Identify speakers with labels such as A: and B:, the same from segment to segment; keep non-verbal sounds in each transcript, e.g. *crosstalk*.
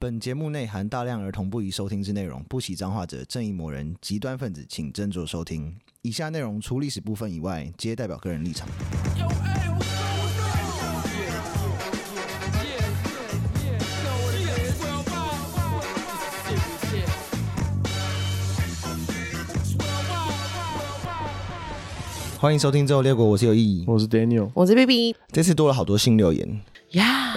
A: 本节目内含大量儿童不宜收听之内容，不喜脏话者、正义魔人、极端分子，请斟酌收听。以下内容除历史部分以外，皆代表个人立场。欢迎收听《最后列国》，我是有意义。
B: 我是 Daniel，
C: 我是 B B
A: 这次多了好多新留言，
C: 呀，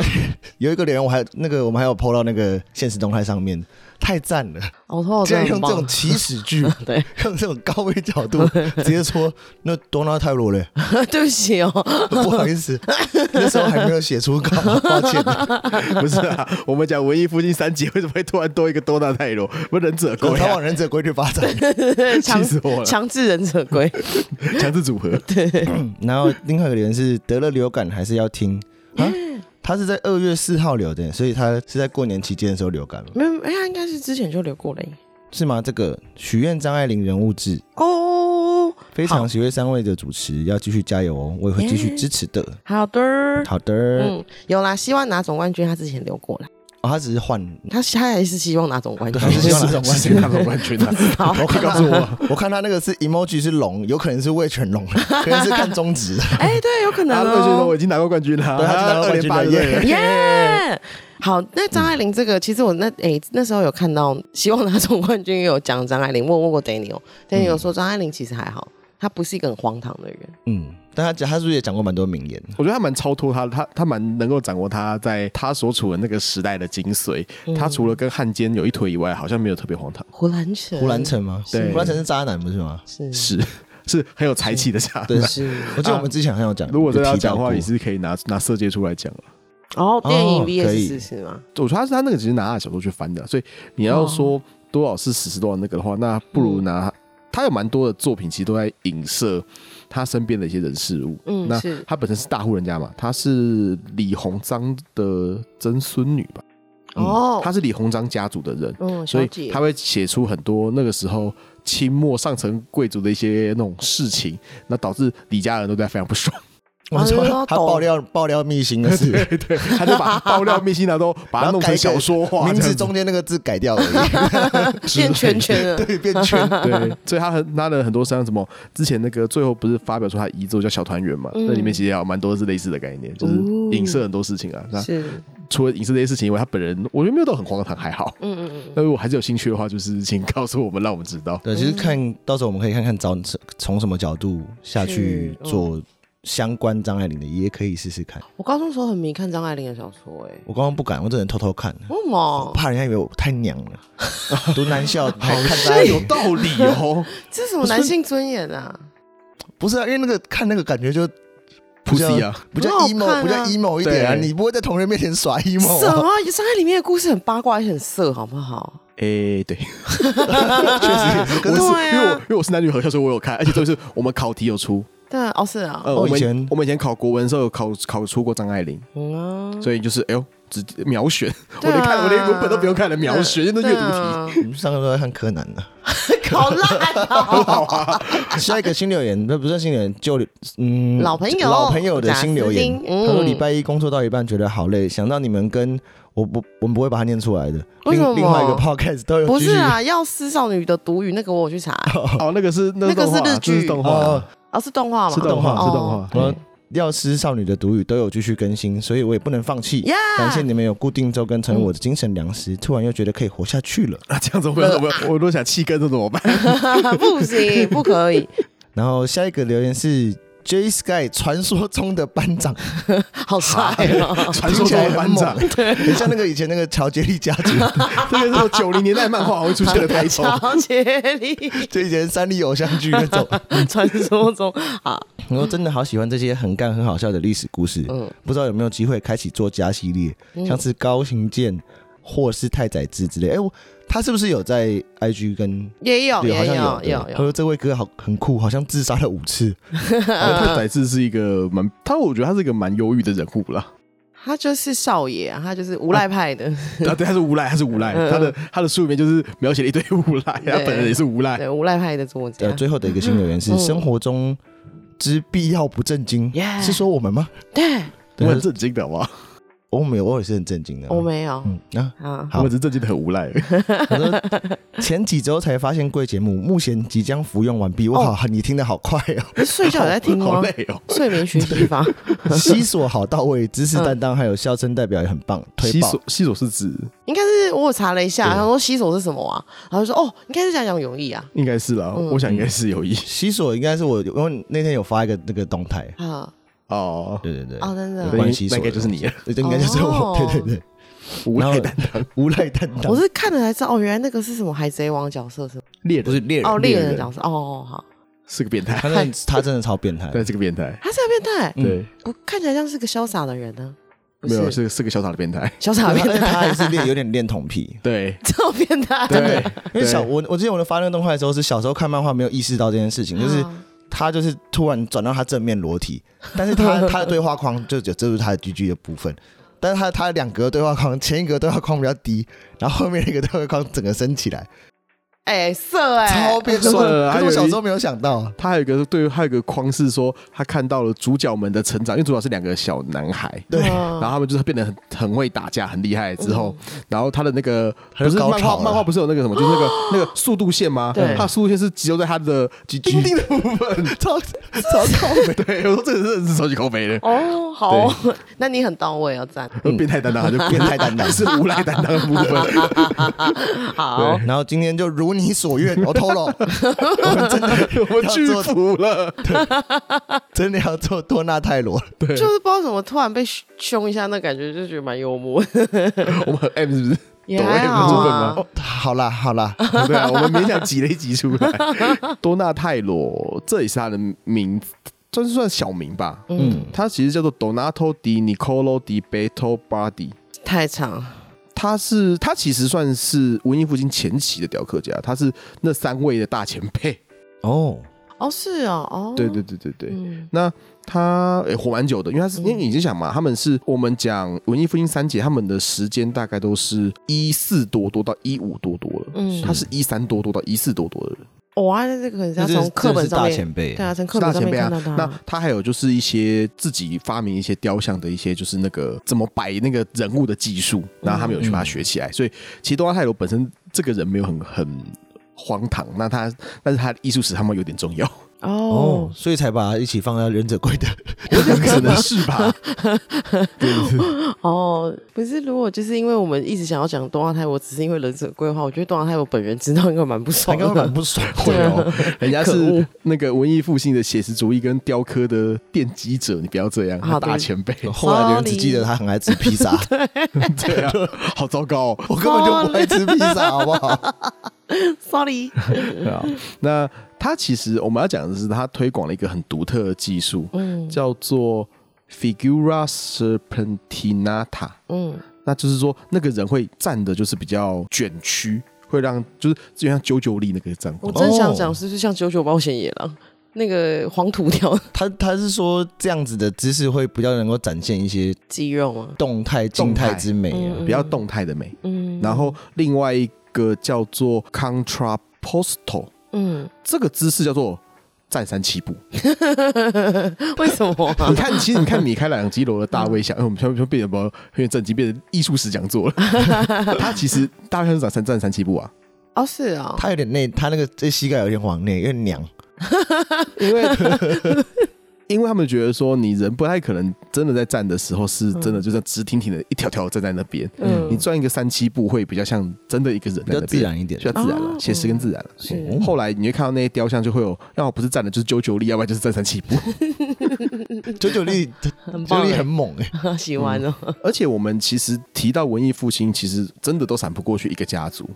A: 有一个留言我还那个我们还有 PO 到那个现实动态上面，太赞了！
C: *laughs* 我说我
A: 竟
C: 哦真
A: 然
C: 的
A: 用
C: 很
A: 这
C: 棒
A: 种，起始
C: *laughs*
A: 句，
C: 对，
A: 用这种高位角
C: *laughs*
A: 度直接说那 Dona t a l 嘞，
C: 对不起
A: *laughs*
C: 哦，
A: 不好意思，那时候还没有写出稿，抱
C: *laughs*
A: 歉。
B: 不是啊，我们讲文艺复兴三杰，为什么会突然多一个多纳泰罗？不是忍者龟
A: 他
B: 啊
A: *laughs* 往，忍者规矩发
C: *laughs*
A: 展。
B: *laughs*
C: 强
B: 死我了
C: 强制忍者龟，
B: 强制组合，
A: 嗯然后另外一个留言是得了流感还是要听
C: *laughs*
A: 啊？他是在二月四号留的，所以他是在过年期间的时候流感吗？
C: *laughs* 没有，哎，他应该是之前就留过了耶。
A: 是吗？这个许愿张爱玲人物志，
C: 哦，
A: 非常喜悦三位的主持，要继续加油哦，我也会继续支持的。
C: 好的，
A: 好的，
C: 嗯，有啦，希望拿总冠军，他之前留过了，
A: 哦，他只是换，
C: 他他还是希望拿总冠军
A: 对，还是希望拿总冠
B: 冠
A: 军
B: 军，拿总冠
A: *laughs*
B: 军啊！
C: *laughs* 好，
A: 我看
B: 告
A: 到
B: 诉我，
A: *laughs* 我看他那个是 emoji 是龙，有可能是魏全龙， *laughs* 可能是看中
B: *laughs*
A: 指。
C: 哎，对，有可能
B: 啊，魏俊龙
C: 哦
B: 我。已经拿过冠军了，
A: *laughs* 对他已经拿过冠军了
B: 二连八
A: 耶
B: 耶！
C: 耶、
A: *laughs*
C: 好，那张爱玲这
A: 嗯
C: 个，其实我那诶、那时候有看到，希望拿总冠军也有讲张爱玲，我有问过 Daniel，Daniel 说张爱玲其实还好，她不是一个很荒唐的人。
A: 嗯，但他讲他是不是也讲过蛮多名言？
B: *laughs* 我觉得他蛮超脱他，他他蛮能够掌握他在他所处的那个时代的精髓。
A: 嗯
B: 他除了跟汉奸有一腿以外，好像没有特别荒唐，
C: 胡兰成，
A: 胡兰成吗？
B: 对
A: 胡兰成是渣男不是吗？
C: 是
B: 是 *laughs* 是很有才气的家。
A: 对，
C: 是
A: 我记得我们之前好像有讲，
B: 啊如果真的要讲的
A: 有
B: 话，
A: 嗯提
B: 也
A: 到过
B: 是可以拿拿色戒出来讲了。
C: 哦，电
A: 哦
C: 影
A: 可
C: VS
A: 以
C: 四是吗？
B: 我觉得他是他那个只是拿小说去翻的，所以你要说
A: 哦
B: 多少是史实多少那个的话，那不如拿、
A: 嗯
B: 他有蛮多的作品，其实都在影射他身边的一些人事物。
C: 嗯
B: 那
C: 是
B: 他本身是大户人家嘛，他是李鸿章的曾孙女吧？嗯
C: 哦，
B: 他是李鸿章家族的人，
C: 嗯，
B: 所
C: 小
B: 以
C: 姐
B: 他，会写出很多那个时候清末上层贵族的一些那种事情，那导致李家人都在非常不爽。
A: 我
C: 啊
A: 说
C: 都
A: 他
C: 懂
A: 爆料爆料秘辛的事，
B: *laughs* 对
A: *laughs*
B: 对，他就把爆料密信拿都把它弄成小说化，
A: 名
B: 这样
A: 字
B: 子
A: 中间那个字改掉而已，
C: 变圈圈 *laughs* 了，
A: *laughs* 对，变圈。
B: *laughs* 对，所以他很他的很多像什么，之前那个最后不是发表出他遗作叫《小团圆》嘛，
C: 嗯
B: 那里面其实也有蛮多是类似的概念，就是影射很多事情啊。那
C: 是，
B: 除了影射这些事情以外，他本人我觉得没有到很荒唐，还好。
C: 嗯嗯嗯，
B: 那如果还是有兴趣的话，就是请告诉我们，让我们知
A: *laughs*
B: 道。
A: 对，其实看到时候我们可以看看找从什么角度下去
C: 是嗯
A: 做相关张爱玲的，也可以试试看。
C: 我高中的时候很迷看张爱玲的小说，哎，
A: 我刚刚不敢，我只能偷偷看，
C: 为什
B: 哦
C: 么？
A: 怕人家以为我太娘
B: *laughs*
A: 了，读男校还看张爱
B: 这有
A: 玲，
B: 道理哦，
C: 这是什么男性尊严啊？
A: 不是啊，因为那个看那个感觉就
B: 普西啊，
A: 比较
C: 很好
A: emo，
C: 看
A: 比较
C: 啊
A: emo 一点啊，
B: 对
A: 你不会在同人面前耍 emo
C: 什
A: 啊。
C: 么？张爱玲里面的故事很八卦，也很色，好不好？
B: 诶，对，确实，我是
C: 对啊
B: 因为我因为我是男女合校，所以我有看，而且就是我们考题有出，
C: 对啊，哦是啊，
B: 呃，
A: 哦
B: 我们
A: 以前
B: 我们以前考国文的时候有考考出过张爱玲，
C: 嗯啊，
B: 所以就是哎呦，直接秒选，
C: *laughs*
B: 我
C: 对啊
B: 连看我连文本都不用看了，秒选，那都阅读题。
C: 题，
A: 你们上课都在看柯南呢、
C: *laughs* 好烂啊！
A: 下一个新留言，那呃不算新留言，就嗯，
C: 老朋友
A: 老朋友的新留言
C: 贾斯。汀嗯
A: 他说礼拜一工作到一半觉得好累，想到你们跟我不，我们不会把它念出来的。
C: 为什么
A: 另另外一个 podcast 都有
C: *laughs* 不
A: 继
C: 是
A: 续，
C: 啊，要私少女的毒语那个我有去 *laughs* 查，
B: *laughs* 哦，那个是那
C: 那个
B: 动
C: 是
B: 画
C: 日剧
B: 这是动
A: 哦
B: 画，
C: 哦是动画吗？
B: 是动画，嗯
C: 哦
B: 是动画。
A: 我呃药师少女的毒语都有继续更新，所以我也不能放弃。
C: 呀
A: 感谢你们有固定周更，成为我的精神粮食。突然又觉得可以活下去了。
B: 那这样子我要我我都想弃更，这怎么办？
C: *laughs* 不行，不可以，
A: 然后下一个留言是 J
B: *laughs*
A: Sky 传说中的班长，
C: 好帅哦！
B: 传说中的班长，
C: *laughs*
A: 很像那个以前那个乔杰利家族，
B: 这个是我九零年代漫画会出现的
C: *laughs*
B: 抬头。
C: 乔杰里
A: 就以前三立偶像剧那
C: *laughs*
A: 种。
C: 传说中啊，
A: 然后真的好喜欢这些很干很好笑的历史故事，
C: 嗯
A: 不知道有没有机会开启作家系列，像是高行健或是太宰治之类。哎、我他是不是有在 IG 跟？
C: 也有
A: 对，好像
C: 也
A: *laughs* 有
C: 有
A: 对
C: 有
A: 他
C: 有，
A: 说这位哥好很酷，好像自杀了五次。
C: 啊
B: 太宰治是一个蛮，他我觉得他是一个蛮忧郁的人物啦。
C: 他就是少爷啊，他就是无赖派的，
B: 啊， *laughs* 对，他是无赖，他是无赖，
C: 嗯
B: 他的他的书里面就是描写了一堆无赖，他本人也是无赖。
C: 对无赖派的作
A: 呃
C: 家，。
A: 最后的一个新留言是：
C: 嗯
A: 生活中之必要不正经，
C: Yeah
A: 是说我们吗？
C: 对，
B: 我
A: 对
B: 很震惊的，好不好？
A: 我哦们有我也是很震惊的。
C: 我没有
A: 嗯啊，
C: 啊，
B: *laughs*
A: 好
B: 我们只是震惊的很无赖而已。
A: 他说
C: *laughs*
A: 前几周才发现贵节目，目前即将服用完毕。
C: 哦
A: 我好，你听的好快哦，
C: *laughs* 你睡觉有在听
B: 好
C: 吗？
B: 累哦。
C: 睡眠学习法，
A: 西索好到位，知识担当还有笑声代表也很棒，推
B: 西
A: 爆
B: 索西索是指
C: 应该是我有查了一下，
A: 对
C: 他说洗手是什么啊？然后就说哦，应该是讲讲泳意啊
B: 应该是啦，我想应该是有意
A: 西索应该是我，因为那天有发一个那个动态，
C: 啊
B: 哦。
A: 对对对，
C: 哦，真
A: 有
B: 对
C: 的，
A: 关西
B: 那
A: 索
B: 应该
A: 的
B: 就是你了，
A: 对这应该就是我，
C: 哦
A: 对对对，
B: 无
A: 然
B: 赖
A: 后
B: 担当，
A: 无赖担当
C: 我，是看了才知道哦，原来那个是什么海贼王角色是吗？
B: 猎
A: 不
B: 人
A: 是猎人
C: 哦，，
B: 猎
C: 猎
B: 人
C: 人的角色哦，好，
B: 是个变态，
A: *laughs* 他那他真的超变态，
B: 对，是个变态，
C: 他是个变态，
A: 嗯
B: 对，
C: 我看起来像是个潇洒的人呢，不
B: 没有
C: 是
B: 是是个潇洒的变态，。
C: 潇洒的
A: 他
C: 变
A: 他还
C: 态，
A: 是恋有点恋童癖
B: 对
C: *laughs* 这种变态，
B: 对，
A: *laughs* 因为小
B: 对
A: 我我之前我们发那个动画的时候，是小时候看漫画没有意识到这件事情，就是
C: 啊
A: 他就是突然转到他正面裸体，但是他他的对话框就只有这就是他的 GG 的部分，但是他他两格对话框，前一格对话框比较低，然后后面那个对话框整个升起来，
C: 哎色哎
A: 超，变
B: 帅
A: 帅。
B: 还
A: 可是
B: 有
A: 我
B: 一
A: 小时候没有想到，
B: 他还有一个对，还有一个框是说他看到了主角们的成长，因为主角是两个小男孩，
A: 对，
B: 然后
C: 然
B: 他们就是变得很很会打架，很厉害之后，
C: 嗯
B: 然后他的那个
A: 很
B: 不是
A: 高
B: 漫
A: 潮啊
B: 画
A: 了
B: 漫画不是有那个什么，就是
C: *gasps*
B: 那个那个速度线吗？
C: 对
B: 他的速度线是集中在他的几
A: 钉
B: 几
A: 钉的部分超超靠北。
B: *laughs* 对，我说这个真的是超级抠肥的，
C: 哦好哦， *laughs* 那你很到位哦，赞，
A: 嗯
B: 变态担当他就
A: 变态担
B: *laughs*
A: 当
B: 是无赖担当的部 *laughs* 分，
C: *laughs* 好，
A: 然后今天就如你所愿，我偷了，我们真的
B: 我们屈
A: 要做
B: 服了。
A: *laughs* 真的要做多纳泰罗，
C: 就是不知道怎么突然被凶凶一下，那感觉就觉得蛮幽默的，
B: 我们很 M 是不是？
C: 也
B: 抖 M
C: 还
B: 的
C: 好
B: 部分
C: 啊
B: 吗？
A: 哦，好啦好啦，
B: 对啊，我们勉强挤了一集出来。 *laughs* 多纳泰罗，这也是他的名字，算是算小名吧。
A: 嗯，
B: 他其实叫做 Donato di Niccolo di Beto Bardi。
C: 太长，
B: 他是他其实算是文艺复兴前期的雕刻家，他是那三位的大前辈。
A: 哦，
C: 哦是哦哦，
B: 对对对对对。
C: 嗯，
B: 那他诶、活蛮久的，因为他是因为你就想嘛，他们是我们讲文艺复兴三杰，他们的时间大概都是一四多多到一五多多了，
C: 嗯
B: 他是一三多多到一四多多的人，
C: 我啊，这个可能是
A: 这
C: 要
A: 是
C: 从课本
A: 这是
C: 上
A: 大
C: 面，
A: 前辈，
C: 对啊，从
B: 是
C: 课
B: 大
C: 本上
B: 前
C: 面
B: 辈啊
C: 看到。他
B: 那。他还有就是一些自己发明一些雕像的一些就是那个怎么摆那个人物的技术，
C: 嗯
B: 然后他们有去把它学起来，所以其实多拉泰罗本身这个人没有很很。荒唐，那他，但是他的艺术史他们有点重
C: *laughs*
B: 要，
A: 哦
C: 哦，，
A: 所以才把它一起放在忍者龟的。
B: 可能是吧？
C: 哦，不是，如果就是因为我们一直想要讲动画泰国，只是因为人生规划，我觉得动画泰国本人知道应该蛮不
A: 他
C: 爽
A: 应该会
C: 的
A: 蛮。不爽。
B: 会哦，人家
C: 可恶
B: 是那个文艺复兴的写实主义跟雕刻的奠基者，你不要这样，他
C: 好的
B: 大前辈，
A: 后来的人只记得他很爱吃披萨，
B: 对啊，好糟糕哦。
A: 我根本就不爱吃披萨，好不好？
C: *laughs* Sorry，
B: 对啊，那他其实我们要讲的是，他推广了一个很独特的技术，
C: 嗯
B: 叫做 figura serpentinata。
C: 嗯，
B: 那就是说，那个人会站的，就是比较卷曲，会让就是就像九九力那个这样。
C: 我真想
A: 哦
C: 讲是不是像九九冒险野狼那个黄土条
A: 他他是说这样子的姿势会比较能够展现一些
C: 肌肉吗？
A: 动态、静态之美啊。
C: 嗯
B: 比较动态的美。
C: 嗯，
B: 然后另外一个叫做 contrapposto，
C: 嗯，
B: 这个姿势叫做站三七步。
C: 为什么
B: *laughs*
C: 啊、
B: 你看，其实你看米开朗基罗的大卫像，哎我们全部全部变得有点震惊，变成艺术史讲
A: *laughs*
B: 座了。他其实大卫像是站三站三七步啊，
C: 哦，是啊、
A: 他有点内，他那个这膝盖有点往内，有点娘。
B: 因为 *laughs* 因为他们觉得说，你人不太可能真的在站的时候是真的就这样直挺挺的一条条站在那边。
C: 嗯
B: 你转一个三七步会比较像真的一个人
A: 比
B: 在
A: 较
B: 那
A: 自
B: 边。
A: 然一点哦
B: 比，较自然了
C: 哦，
B: 写实跟自然了。啊
C: 是
B: 后来你会看到那些雕像，就会有要么不是站的，就是九九力，要不然就是站三七步。
A: 九九力，
C: 很
A: 九
C: 棒
A: 九力
C: 欸
A: 很猛哎，
C: *laughs* 喜欢哦，
B: 而且我们其实提到文艺复兴，其实真的都闪不过去一个家族。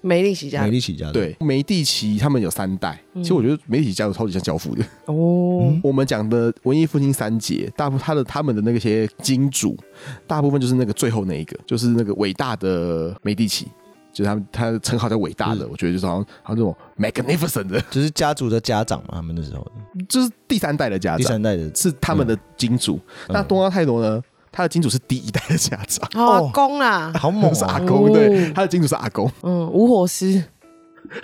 C: 美丽喜家
A: 美丽起家的，
B: 对，梅第奇他们有三代，
A: 嗯
B: 其实我觉得梅第奇家族超级像教父的。
C: 哦，
B: 我们讲的文艺复兴三杰，大部他的他们的那个些金主，大部分就是那个最后那一个，就是那个伟大的梅第奇。就是他们，他的称号叫伟大
A: 嗯
B: 的，我觉得就是好像好像这种 magnificent 的， *laughs*
A: 就是家族的家长嘛，他们那时候
B: 就是第三代的家
A: 第
B: 长
A: 三嗯代的，
B: 是他们的金主。那东阿泰罗呢，他的金主是第一代的家长，
C: 哦好、阿公啦，
A: *laughs* 好猛
B: *laughs* 是阿
A: 啊！
B: 公，对，
C: 哦
B: 他的金主是阿公。
C: 嗯，无火师，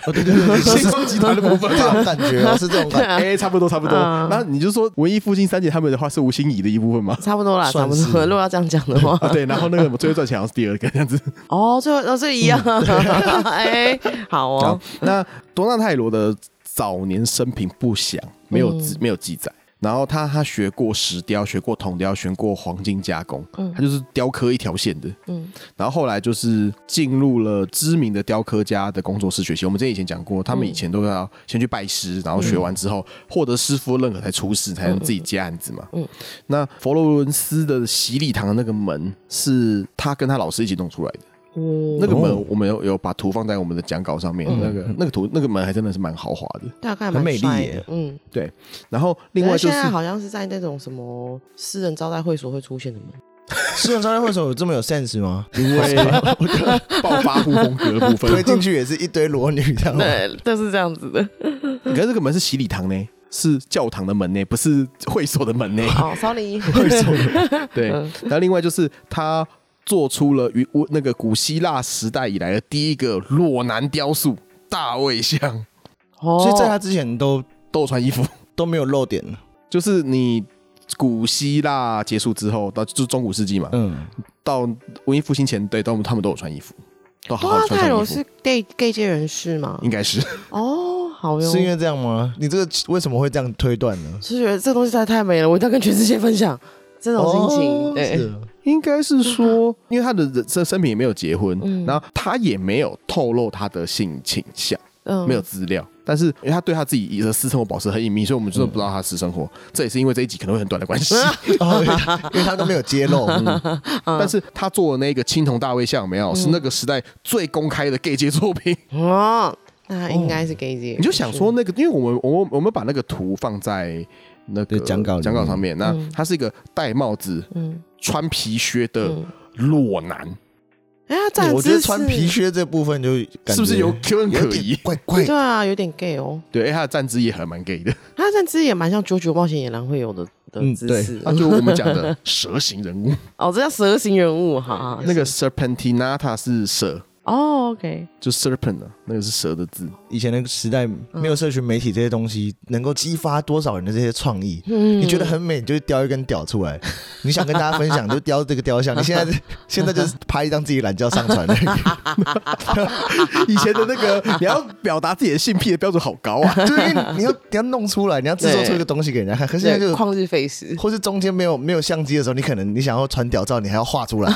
A: 哦对对对对， *laughs*
B: 星光集团的部分
A: 这种感觉哦，是这种感
C: 对
A: 觉。
B: *laughs*
C: 啊，
B: 哎，差不多差不多。
C: 啊
B: 那你就说文艺复兴三杰他们的话是吴心怡的一部分吗？ *laughs*
C: 差不多啦，差
A: 算
C: 不
A: 是
C: 多。如果要这样讲的话，
B: 啊，对，然后那个什么最会赚钱好像是第二个这样子。
C: 哦，最后哦，这一样， *laughs* 哎，好
B: 好
C: 哦，，
B: 那多纳泰罗的早年生平不详，没有记、没有记载。然后他他学过石雕，学过铜雕，学过黄金加工，他就是雕刻一条线的。
C: 嗯
B: 然后后来就是进入了知名的雕刻家的工作室学习。我们之前以前讲过，他们以前都要先去拜师，然后学完之后获得师傅认可才出师，才能自己接案子嘛。嗯，那佛罗伦斯的洗礼堂的那个门是他跟他老师一起弄出来的。
C: 嗯，
B: 那个
A: 哦
B: 门我们有有把图放在我们的讲稿上面，那个那个图那个门还真的是蛮豪华的。
C: 大概
A: 很
C: 蛮
A: 美丽
C: 帅
A: 耶
C: 的，嗯。
B: 对，然后另外
C: 可是
B: 就
C: 现
B: 是
C: 在好像是在那种什么私人招待会所会出现的门，
A: 私人招待会所有这么有 sense 吗？
B: 因为暴发户风格的部
A: 推
B: 分，
A: 进去也是一堆裸女这样吗。
C: 对，都是这样子的。
B: *laughs* 可是这个门是洗礼堂呢，是教堂的门呢，不是会所的门呢。
C: 哦，sorry，
B: 对，那另外就是他做出了与那个古希腊时代以来的第一个裸男雕塑大卫像，
C: *laughs* 哦，
A: 所以在他之前都
B: 都有穿衣服，
A: 都没有露点。
B: 就是你。古希腊结束之后，到就是中古世纪嘛，
A: 嗯，
B: 到文艺复兴前，对，都他们都有穿衣服，都好
C: 多
B: 好
C: 拉
B: 穿
C: 泰
B: 上
C: 罗
B: 衣服，
C: 是 gay gay 界人士吗？
B: 应该是
C: 哦，好哟，
A: 是因为这样吗？你这个为什么会这样推断
C: *laughs*
A: 呢？
C: 就是觉得这东西实在太美了，我一定要跟全世界分享这种心情。
A: 哦
C: 对，
A: 是
B: *laughs* 应该是说，因为他的人这生平也没有结婚，
C: 嗯
B: 然后他也没有透露他的性倾向，
C: 嗯，
B: 没有资料，但是因为他对他自己的私生活保持很隐秘，所以我们真的不知道他的私生活。这也是因为这一集可能会很短的关
C: *laughs*
B: 系，
A: 哦，因为他因为他都没有揭露。 *laughs* 嗯
B: 但是他做的那个青铜大卫像有没有、
C: 嗯
B: 是那个时代最公开的 gay 界作
C: *laughs*
B: 品。
C: 哦，那应该是 gay 界。
B: 你就想说那个，因为我们我们我们把那个图放在那个
A: 对讲稿里面
B: 讲稿上面，那他是一个戴帽子、
C: 嗯，
B: 穿皮靴的
C: 嗯
B: 裸男，
C: 哎呀，站
A: 我觉
C: 姿
A: 得
C: 势
A: 穿皮靴这部分就感觉
B: 是不是有有
A: 有
B: 点可
A: 点
B: 疑？
A: 怪怪
C: 对？啊，有点 gay 哦。
B: 对，哎，他的站姿也还蛮 *laughs* gay 的，
C: 他站姿也蛮像《九九冒险野狼》会有的的
A: 嗯
C: 姿
A: 对
C: 势。
B: 那啊就我们讲的 *laughs* 蛇形人
C: *laughs*
B: 物，
C: 哦，这叫蛇形人物哈。
B: 那个 serpentinata 是蛇，
C: 哦，OK，
B: 就 serpent 啊，那个是蛇的字。
A: 以前那个时代没有社群媒体这些东西，能够激发多少人的这些创意？
C: 嗯
A: 你觉得很美，你就雕一根屌出
C: *laughs*
A: 来。你想跟大家分享，就雕这个雕像。你现在 *laughs* 现在就是拍一张自己懒觉上传而
C: *laughs*
A: 已，
C: 啊
B: 以前的那个你要表达自己的性癖的标准好高
C: *laughs*
B: 啊，
A: 就是因为你要你要弄出来，你要制作出一个东西给人家看。可是现在就
C: 旷日费时，
A: 或是中间没有没有相机的时候，你可能你想要传屌照，你还要画出来。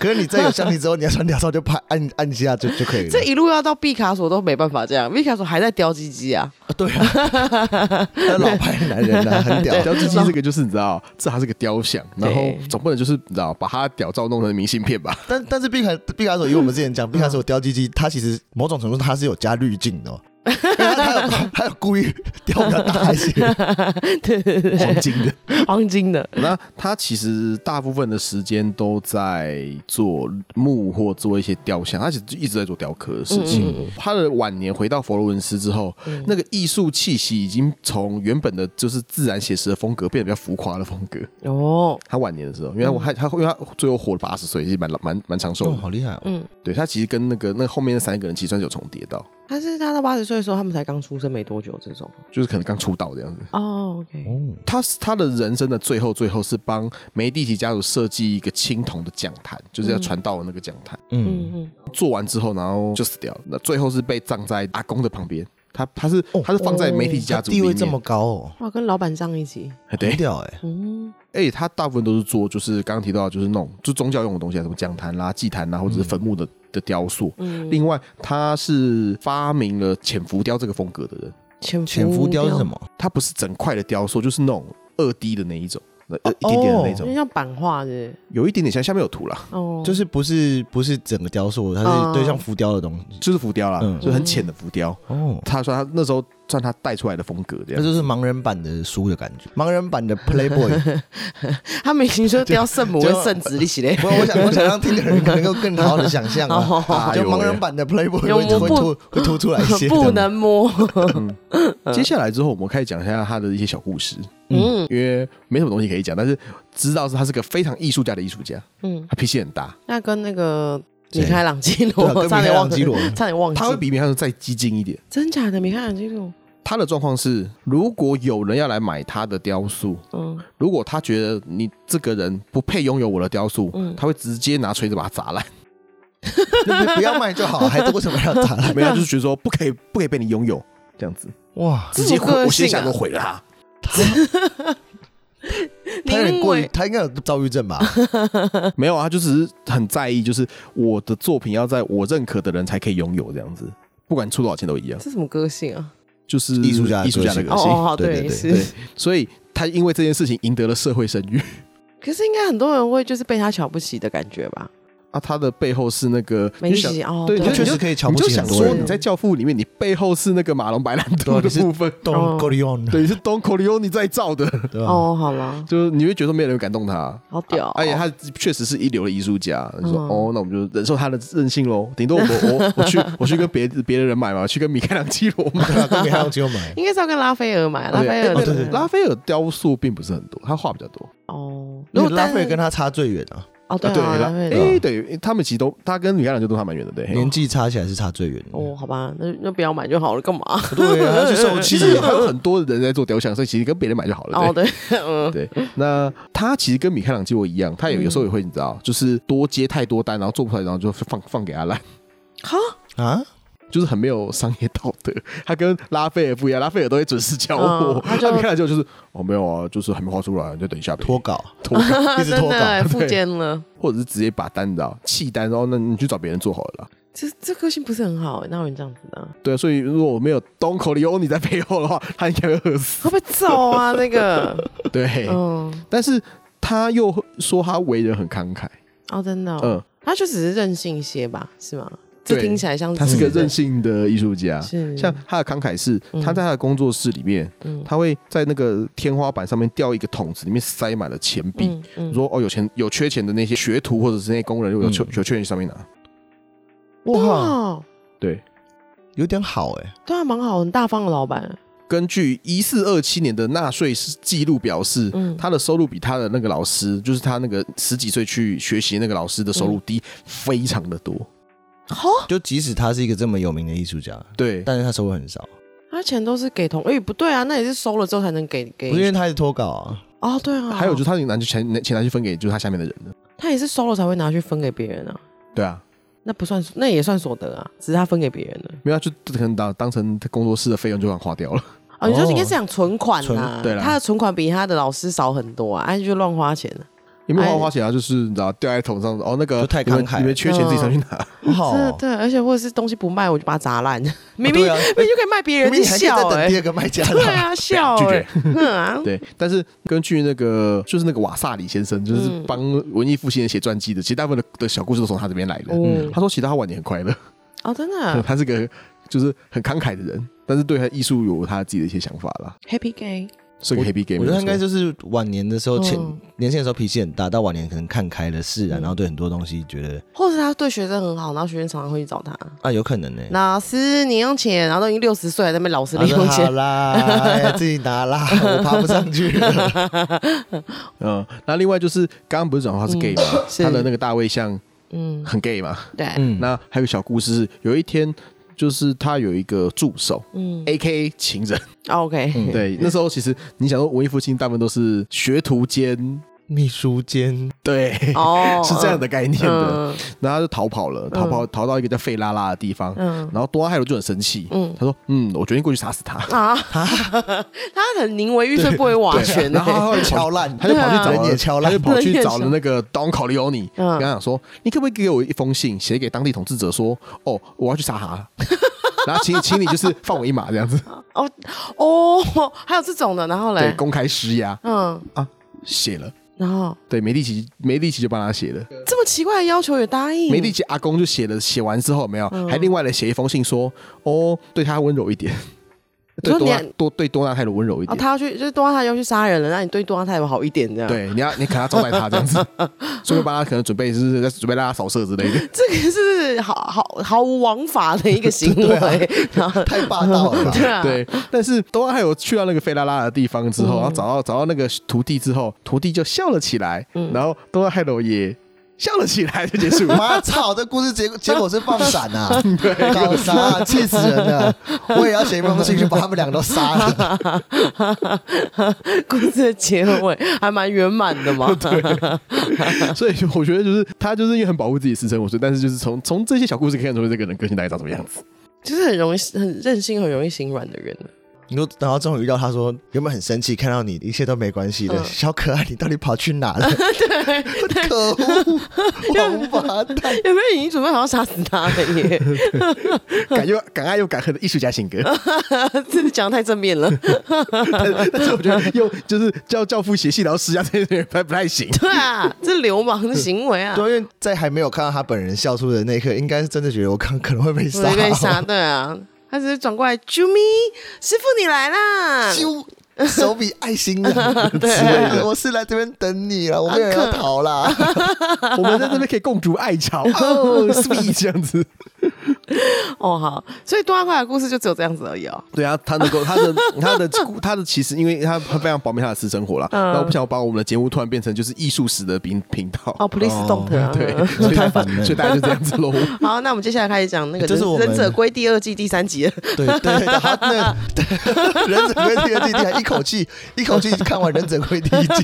A: 可是你在有相机之后，你要传屌照就拍按按一下就就可以了。
C: 这一路要到毕卡索都没办法这样，毕卡索还在叼鸡鸡啊。 *laughs*
A: 啊对啊， *laughs* 那老牌男人啊，很屌。
B: 雕鸡鸡这个就是你知道，这还是个雕像，然后
C: 对
B: 总不能就是你知道把他屌照弄成明信片吧？
A: 但但是毕卡毕卡索，以我们之前讲，毕卡索雕鸡鸡，它其实某种程度上它是有加滤镜的、哦，因为它有它有故意 *laughs* 雕比较大一些， *laughs*
C: 对对对，
B: 黄金的。
C: 黄金的，
B: 那他其实大部分的时间都在做木或做一些雕像，他其实一直在做雕刻的事情。他的晚年回到佛罗伦斯之后，那个艺术气息已经从原本的就是自然写实的风格变得比较浮夸的风格。
C: 哦，
B: 他晚年的时候，因为我还他因为他最后活了八十岁，是蛮蛮蛮长寿
A: 哦，
B: 的。
A: 好厉害、哦！
C: 嗯
B: 对他其实跟那个那后面那三个人其实算是有重叠到，
C: 他是他到八十岁的时候，他们才刚出生没多久，这种。
B: 就是可能刚出道这样子。
C: 哦，OK，
A: 哦，
B: 他他的人生的最后最后是帮梅蒂奇家族设计一个青铜的讲坛，就是要传道的那个讲坛。
A: 嗯，
C: 嗯嗯，
B: 做完之后，然后就死掉了。那最后是被葬在阿公的旁边。他他是
A: 哦
B: 他是放在媒体家
A: 他
B: 族
A: 地
B: 里
A: 位
B: 面，
A: 这么高哦，
C: 哇，跟老板上一起，
B: 对
A: 很，屌哎、
C: 嗯，
B: 而且他大部分都是做就是刚刚提到的就是那种就宗教用的东西啊，什么讲坛啦、祭坛啦，或者是坟墓的的雕塑。
A: 嗯
B: 另外，他是发明了潜伏雕这个风格的人，
C: 潜
A: 潜伏雕是什？么？
B: 他不是整块的雕塑，就是那种二 D 的那一种，那
A: 哦
B: 呃一点点的那
C: 有
B: 种，
C: 点像版画是
B: 有一点点像下面有图啦，
C: 不是哦，
A: 就是不是不是整个雕塑，它是
C: 哦
A: 对像浮雕的东西
B: 就是浮雕啦，
A: 嗯
B: 就很浅的浮雕。
A: 哦。
B: 他说他那时候算他带出来的风格这
A: 那
B: 样。
A: 就是盲人版的书的感觉，盲人版的 Playboy。
C: 他们已经说雕圣母
A: 就
C: 跟圣子一起嘞，
A: 不，我想，我想让听的人能够更好的想象啊，
B: 哦
A: 就盲人版的 Playboy
C: 有
A: 会会
C: 不
A: 凸会凸出来一些，
C: 不能摸，
B: 嗯
C: *laughs*
B: 接下来之后，我们开始讲一下他的一些小故事，
C: 嗯
B: 因为没什么东西可以讲，但是知道是他是个非常艺术家的艺术家，
C: 嗯，
B: 他脾气很大，
C: 那跟那个米开朗基
A: 对啊跟米
C: 罗，嗯差
A: 开
C: 点
A: 朗
C: 忘
A: 基罗
C: *laughs* 差点忘记，
B: 他会比米开朗再激进一点。
C: 真假的米开朗基罗，
B: 他的状况是，如果有人要来买他的雕塑，
C: 嗯，
B: 如果他觉得你这个人不配拥有我的雕塑，
C: 嗯
B: 他会直接拿锤子把它砸烂。 *laughs*
A: 那不不要卖就好，还为什么要砸烂？
B: 没有，他就是觉得说不可以，不可以被你拥有这样子，
A: 哇，
B: 直接
C: 这么个
B: 毁，我先
C: 性啊
B: 想就毁了他。 *laughs*
A: 他有
C: 你
A: 点
C: 认
A: 过于
C: 为，
A: 他应该有躁郁症吧？
B: 没有啊，他就只是很在意，就是我的作品要在我认可的人才可以拥有这样子，不管出多少钱都一样，
C: 这什么个性啊？
B: 就是
A: 艺术家的
B: 艺术家的
A: 个
B: 个
C: 哦
A: 性
B: 性。
C: 哦，好
A: 对对
C: 也
A: 对
C: 是
B: 对。，所以他因为这件事情赢得了社会声
A: *laughs*
B: 誉
C: 可是应该很多人会就是被他瞧不起的感觉吧？
B: 啊，他的背后是那个
C: 没
B: 就
C: 意
B: 想
C: 义哦，
B: 对，你
A: 他
B: 就
A: 确实可以瞧不
B: 你就
A: 起
B: 想
A: 很多
B: 说
A: 人
B: 你在《教父》里面，你背后是那个马龙白兰度
A: 对啊
B: 的
A: 你是
B: 部分，
A: Don Corleone，
B: 对，是 Don Corleone 在
A: *laughs*
B: 造的，
A: 对吧？
C: 哦，好了，
B: 就是你会觉得没有人敢动他。
C: 好屌哦，
B: 而且他确实是一流的艺术家，你说
C: 嗯
B: 哦，那我们就忍受他的任性喽。顶多我我我
C: *laughs*
B: 去我去跟别别的人买嘛，去跟米开朗基罗买。
A: 对啊，都没看只有
C: *laughs*
A: 买。
C: 应该是要跟拉斐尔买，拉斐尔
B: 哎
A: 对对对
B: 拉斐尔雕塑并不是很多，他画比较多。
C: 哦，
A: 如
C: 如
A: 果
C: 果
A: 拉
C: 但
A: 菲
C: 是
A: 跟他差最远啊，
C: 哦对
B: 啊对
C: 啊，
B: 拉
C: 拉斐尔
B: 哎，对他们其实都，他跟米开朗基罗都还蛮远的，对。
A: 年纪差起来是差最远的。
C: 哦，好吧，那那不要买就好了，干嘛？
A: 对啊，他去受气
B: 其。实还 *laughs* 有很多人在做雕像，所以其实跟别人买就好了。对
C: 哦，对，嗯，
B: 对，那他其实跟米开朗基罗一样，他有
C: 嗯
B: 有时候也会你知道，就是多接太多单，然后做不出来，然后就放放给他烂，
C: 好，
A: 啊，
B: 就是很没有商业道德。他跟拉斐尔不一样，拉斐尔都会准时交货
C: 嗯，他就
B: 米开朗基罗就是哦没有啊，就是还没画出来，你就等一下呗
A: 脱稿，
B: 拖，
A: *laughs* 一直
C: 真
A: 脱
C: 的哎
A: 稿。
C: 复健了，
B: 或者是直接把单你知道弃单，然后那你去找别人做好了啦。
C: 这这个性不是很好哎，哪有人这样子的啊？
B: 对啊，所以如果我没有东口里欧你在背后的话，他应该会饿死。
C: 会被揍啊？那个，
B: 对，
C: 嗯，
B: 但是他又说他为人很慷慨，
C: 哦，真的哦，
B: 嗯，
C: 他就只是任性一些吧，是吗？这
B: 对
C: 听起来像
B: 他是个
C: 真的
B: 任性的艺术家，
C: 嗯是
B: 像他的慷慨是，
C: 嗯
B: 他在他的工作室里面，
C: 嗯
B: 他会在那个天花板上面吊一个桶子，里面塞满了钱币。
C: 嗯嗯
B: 说哦，有钱有缺钱的那些学徒或者是那些工人，如果有缺、
A: 嗯
B: 有缺钱去上面拿。
A: 哇，
C: 哇，
B: 对，
A: 有点好哎。
C: 啊对啊，蛮好，很大方的老板，
B: 根据一四二七年的纳税记录表示，
C: 嗯
B: 他的收入比他的那个老师，就是他那个十几岁去学习那个老师的收入低、
C: 嗯
B: 非常的多。
C: 好，
A: 就即使他是一个这么有名的艺术家，
B: 对，
C: 嗯
A: 但是他收入很少，
C: 他钱都是给同，哎，不对啊，那也是收了之后才能给给
A: 不是因为他是脱稿啊。
C: 哦，对啊，
B: 还有就是他拿去钱钱拿去分给就是他下面的人的。
C: 他也是收了才会拿去分给别人啊，
B: 对啊，
C: 那不算，那也算所得啊，只是他分给别人了。
B: 没有啊就可能当当成他工作室的费用就这样花掉了。
C: 哦，你说
A: 哦
C: 应该是讲存款啦
A: 存，
B: 对啦
C: 他的存款比他的老师少很多啊，哎，就乱花钱了，
B: 也没
C: 哎
B: 有花花钱啊，就是你知道掉在头上哦，那个
A: 就太
B: 你们
A: 慷慨了
B: 你们缺钱自己上去拿。
C: 嗯
B: *laughs*
A: 好好
C: 真的
A: 哦，
C: 对，而且或者是东西不卖，我就把它砸烂， *laughs* 明明
A: 对啊
C: 明明就可以卖别人，
A: 明明
C: 你
A: 你还可以
C: 笑
A: 再等
C: 哎
A: 第，二个卖家 *laughs*
C: 对
A: 的。
C: 啊，笑
B: 拒
A: *laughs*
C: 哎
B: 绝，
C: 哼啊，
B: 对，但是根据那个就是那个瓦萨里先生，就是
C: 嗯
B: 帮文艺复兴人写传记的，其实大部分的的小故事都从他这边来的。
A: 嗯
C: 哦
B: 他说，其实他晚年很快乐，
C: 哦，真的
B: *laughs* 他是个就是很慷慨的人，但是对他艺术有他自己的一些想法啦，
C: ，Happy Gay，
B: 是个 happy game。
A: 我觉得他应该
B: 没错
A: 就是晚年的时候，前
C: 嗯
A: 年轻的时候脾气很大，到晚年可能看开了释然，
C: 嗯
A: 然后对很多东西觉得
C: 或者他对学生很好，然后学生常常会去找他，
A: 啊有可能呢。
C: 老师你用钱，然后都已经六十岁了，在那边老师
A: 他
C: 零
A: 说
C: 用
A: 好
C: 钱，
A: 啦，哎呀自己拿
C: *laughs*
A: 啦，我爬不上去了。
B: 嗯，那另外就是刚刚不是讲他是 gay 嘛，
C: 嗯
B: *laughs*
C: 是
B: 他的那个大卫像
C: 嗯，
B: 很 gay 嘛。
C: 对，
A: 嗯，
B: 那还有个小故事是，有一天就是他有一个助手
C: 嗯哦
B: ，A K A 情人。
A: 嗯
C: ，OK，
B: *laughs*
C: *laughs*
B: 对，那时候其实你想说文艺复兴大部分都是学徒间，
A: 秘书间
B: 对，
C: 哦
B: 是这样的概念的。
C: 嗯
B: 然后他就逃跑了，逃跑逃到一个叫费拉拉的地方，
C: 嗯
B: 然后多拉海罗就很生气，
C: 嗯
B: 他说：“嗯，我决定过去杀死他。”
C: 啊，他很宁为玉碎不为瓦全欸
B: 然后他
A: *laughs*
C: 的，
B: 后来跑
A: 敲烂，
B: 他就跑去
C: 啊
B: 找
A: 人也
B: 了，
A: 敲
B: 他
A: 烂
B: 就。跑去
C: 人也
B: 找
C: 敲
B: 了那个 Don Corleone，
C: 嗯
B: 跟他讲说：“你可不可以给我一封信，写给当地统治者说，哦，我要去杀他，
C: *laughs*
B: 然后请请你就是放我一马这样子，
C: 哦哦，还有这种的，然后
B: 对，
C: 嘞，
B: 公开施压
C: 嗯，
B: 啊，写了，
C: 然后
B: 对，梅利奇梅利奇就帮他写了。”
C: 这么奇怪的要求也
B: *laughs*
C: 答应，
B: 梅丽姐阿公就写了，写完之后有没有，
C: 嗯
B: 还另外的写一封信说，哦，对他温柔一
C: *laughs*
B: 点，
C: 你
B: 对
C: 说
B: 多纳
C: 你
B: 多对多纳泰罗温柔一
C: 哦，
B: 点，
C: 他要去就是多拉泰要去杀人了，那你对多拉泰有好一点这样，，
B: 对，你要你可能要招待他这样
C: *laughs*
B: 子，所以帮他可能准备是在准备让他扫射之类
C: *laughs*
B: 的，
C: 这个是好好毫无王法的一个行 *laughs*
A: 对啊
C: 为，然后
A: 太霸道
C: *laughs*
A: 了吧？。
C: 对啊，
B: 对。但是多纳泰罗去到那个费拉拉的地方
C: 嗯嗯
B: 之后，然后找到找到那个徒弟之后，徒弟就笑了起来，然后多纳泰罗也笑了起来就结束
A: *laughs*
C: *laughs*
A: 妈操！这故事结结果是放闪啊， *laughs* 搞啥、啊？气死人了！我也要写一封信去把他们两个都杀了。
C: 故事的结尾还蛮圆满的 *laughs* 嘛。
B: *laughs* 所以我觉得就是他就是因为很保护自己私生活，所以但是就是从从这些小故事可以看出这个人个性大概长什么样子。
C: 就是很容易很任性、很容易心软的人。
A: *laughs*
C: 啊
A: 你说，然后终于遇到他说，原本很生气，看到你一切都没关系的、小可爱，你到底跑去哪 *laughs* 了？可恶，王八 *laughs* 蛋！
C: 有没有已经准备好要杀死他了耶？ *laughs*
B: 敢又敢爱又敢恨的艺术家性格， *laughs*
C: 这讲得太正面了。 *laughs*
B: 但但是我觉得用就是教教父邪气，然后施加这些人不太不太 *laughs* 行。
C: 对啊，这流氓的行为啊，
A: 对，因为在还没有看到他本人笑出的那一刻，应该是真的觉得我刚可能会被
C: 我
A: 杀。
C: 就被
A: *laughs*
C: 杀对啊。他只是转过来，啾咪，师傅你来
A: *laughs*
C: 啦！
A: 啾，手比爱心人 *laughs* 之
C: 对
A: 类的。我是来这边等你了，我没有要逃啦。
B: 我们在这边可以共筑爱巢， *laughs* 哦，sweet 这样子。
C: 哦好，所以多拉块的故事就只有这样子而已哦。
B: *laughs* 对啊，他能够他的他的他的其实，因为他他非常保密他的私生活啦，然后我不想把我们的节目突然变成就是艺术史的频频道。
C: 哦，please don't 啊。
B: *laughs* 对，所以
A: 太烦了
B: 所以大家就这样子喽。
C: *laughs* 好，那我们接下来开始讲那个
A: 哎这是我
C: 《
A: 们
C: 忍者龟》第二季第三集了。
A: 对对对，然后那
C: *laughs*
A: 忍者龟第二季第一一口气一口气看完忍者龟第一
C: *laughs*
A: 季，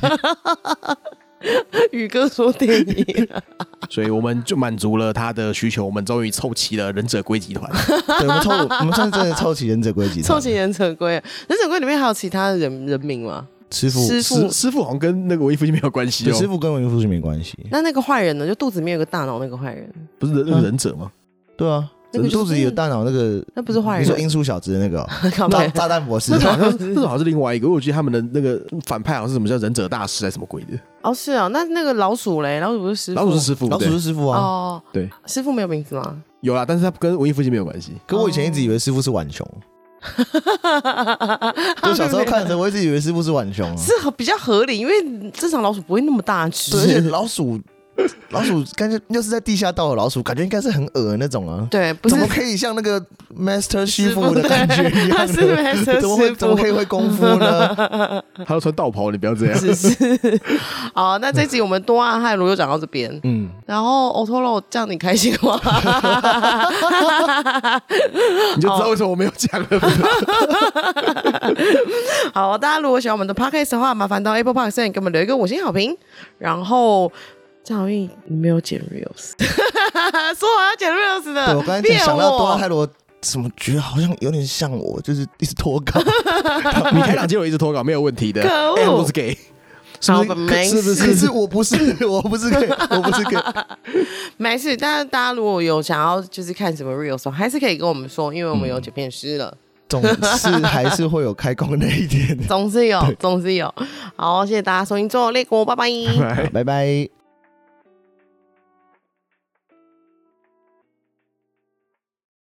C: 宇哥说电
A: *laughs*
C: 影，
B: *laughs* 所以我们就满足了他的需求，我们终于凑齐了忍者龟集 *laughs* 团。
A: 对，我们凑我们算是真的凑齐忍者龟集团
C: 凑齐忍者龟，啊忍者龟里面还有其他人人名吗？
A: 师傅。
C: 师
B: 师
C: 傅，
B: 师傅好像跟那个文艺复兴没有关系
A: 对，师
B: 哦，
A: 傅跟文艺复兴没关系。
C: 那那个坏人呢？就肚子里面有个大脑那个坏人，
B: 不是忍忍者吗？
A: 对啊，
C: 那个就是
A: 肚子里有大脑那个，
C: 那不是坏
A: 你说
C: 人，
A: 音速小子的那
C: *laughs*
A: 个哦
C: 靠
A: 炸
C: 背
A: 炸弹博士
B: 那，种好像 *laughs* 那种好像是另外一个，我觉得他们的那个反派好像是什么叫忍者大师还是什么鬼的，
C: 哦，是啊，那那个老鼠嘞，老鼠不是师傅，
B: 老鼠是师傅，
A: *laughs* 老鼠
B: 对
A: 是师傅啊。
C: 哦，
B: 对，
C: 师傅没有名字吗？
B: 有啦，但是他跟文艺复兴没有关系。
A: 可我以前一直以为师傅是浣熊，我小时候看的时候，我一直以为师傅是浣熊啊。
C: 哦是比较合理，因为正常老鼠不会那么大只，
A: 对，而且老鼠，老鼠感觉又是在地下道的老鼠，感觉应该是很恶的那种啊。
C: *laughs* 对，不是
A: 怎么可以像那个 Master
C: *laughs*
A: 师傅的
C: 对
A: 感觉一样
C: *laughs* 他
A: 呢？ *laughs*
C: 是 Master
A: 怎么会
C: 师
A: 怎么
C: 傅 *laughs*
A: 可以会功夫呢？
B: 他都穿道袍，你不要这样。
C: 只是 *laughs* 好，那这集我们多啊暗害罗就讲到这边。
A: 嗯，
C: 然后 Otoro 这样你开心吗？ *laughs*
B: 你就知道为什么我没有讲了。
C: 好，大家如果喜欢我们的 podcast 的话，麻烦到 Apple Park 上给我们留一个五星好评。然后张小玉，你没有剪 reels，说我要剪 reels 的，
A: 对我刚才
C: 骗
A: 想到多拉
C: 我
A: 泰罗，怎么觉得好像有点像我，就是一直脱
C: *laughs*
A: 稿。
B: 你开场结尾一直脱稿，没有问题的。
C: 可恶
B: 哎我是 gay，是
C: 好
B: 不
C: 吧
B: 是？
C: 没
B: 可是不
A: 可
B: 是？
A: 是我不是， *laughs* 我不是 gay，我不是 gay。
C: 没事，但是大家如果有想要就是看什么 reels，的话还是可以跟我们说，因为我们有剪片师了，
A: 总是还是会有开工那一天。
C: *laughs* 总是有，总是有。好，谢谢大家收听，最后列国，拜拜
B: 拜。
A: 拜拜。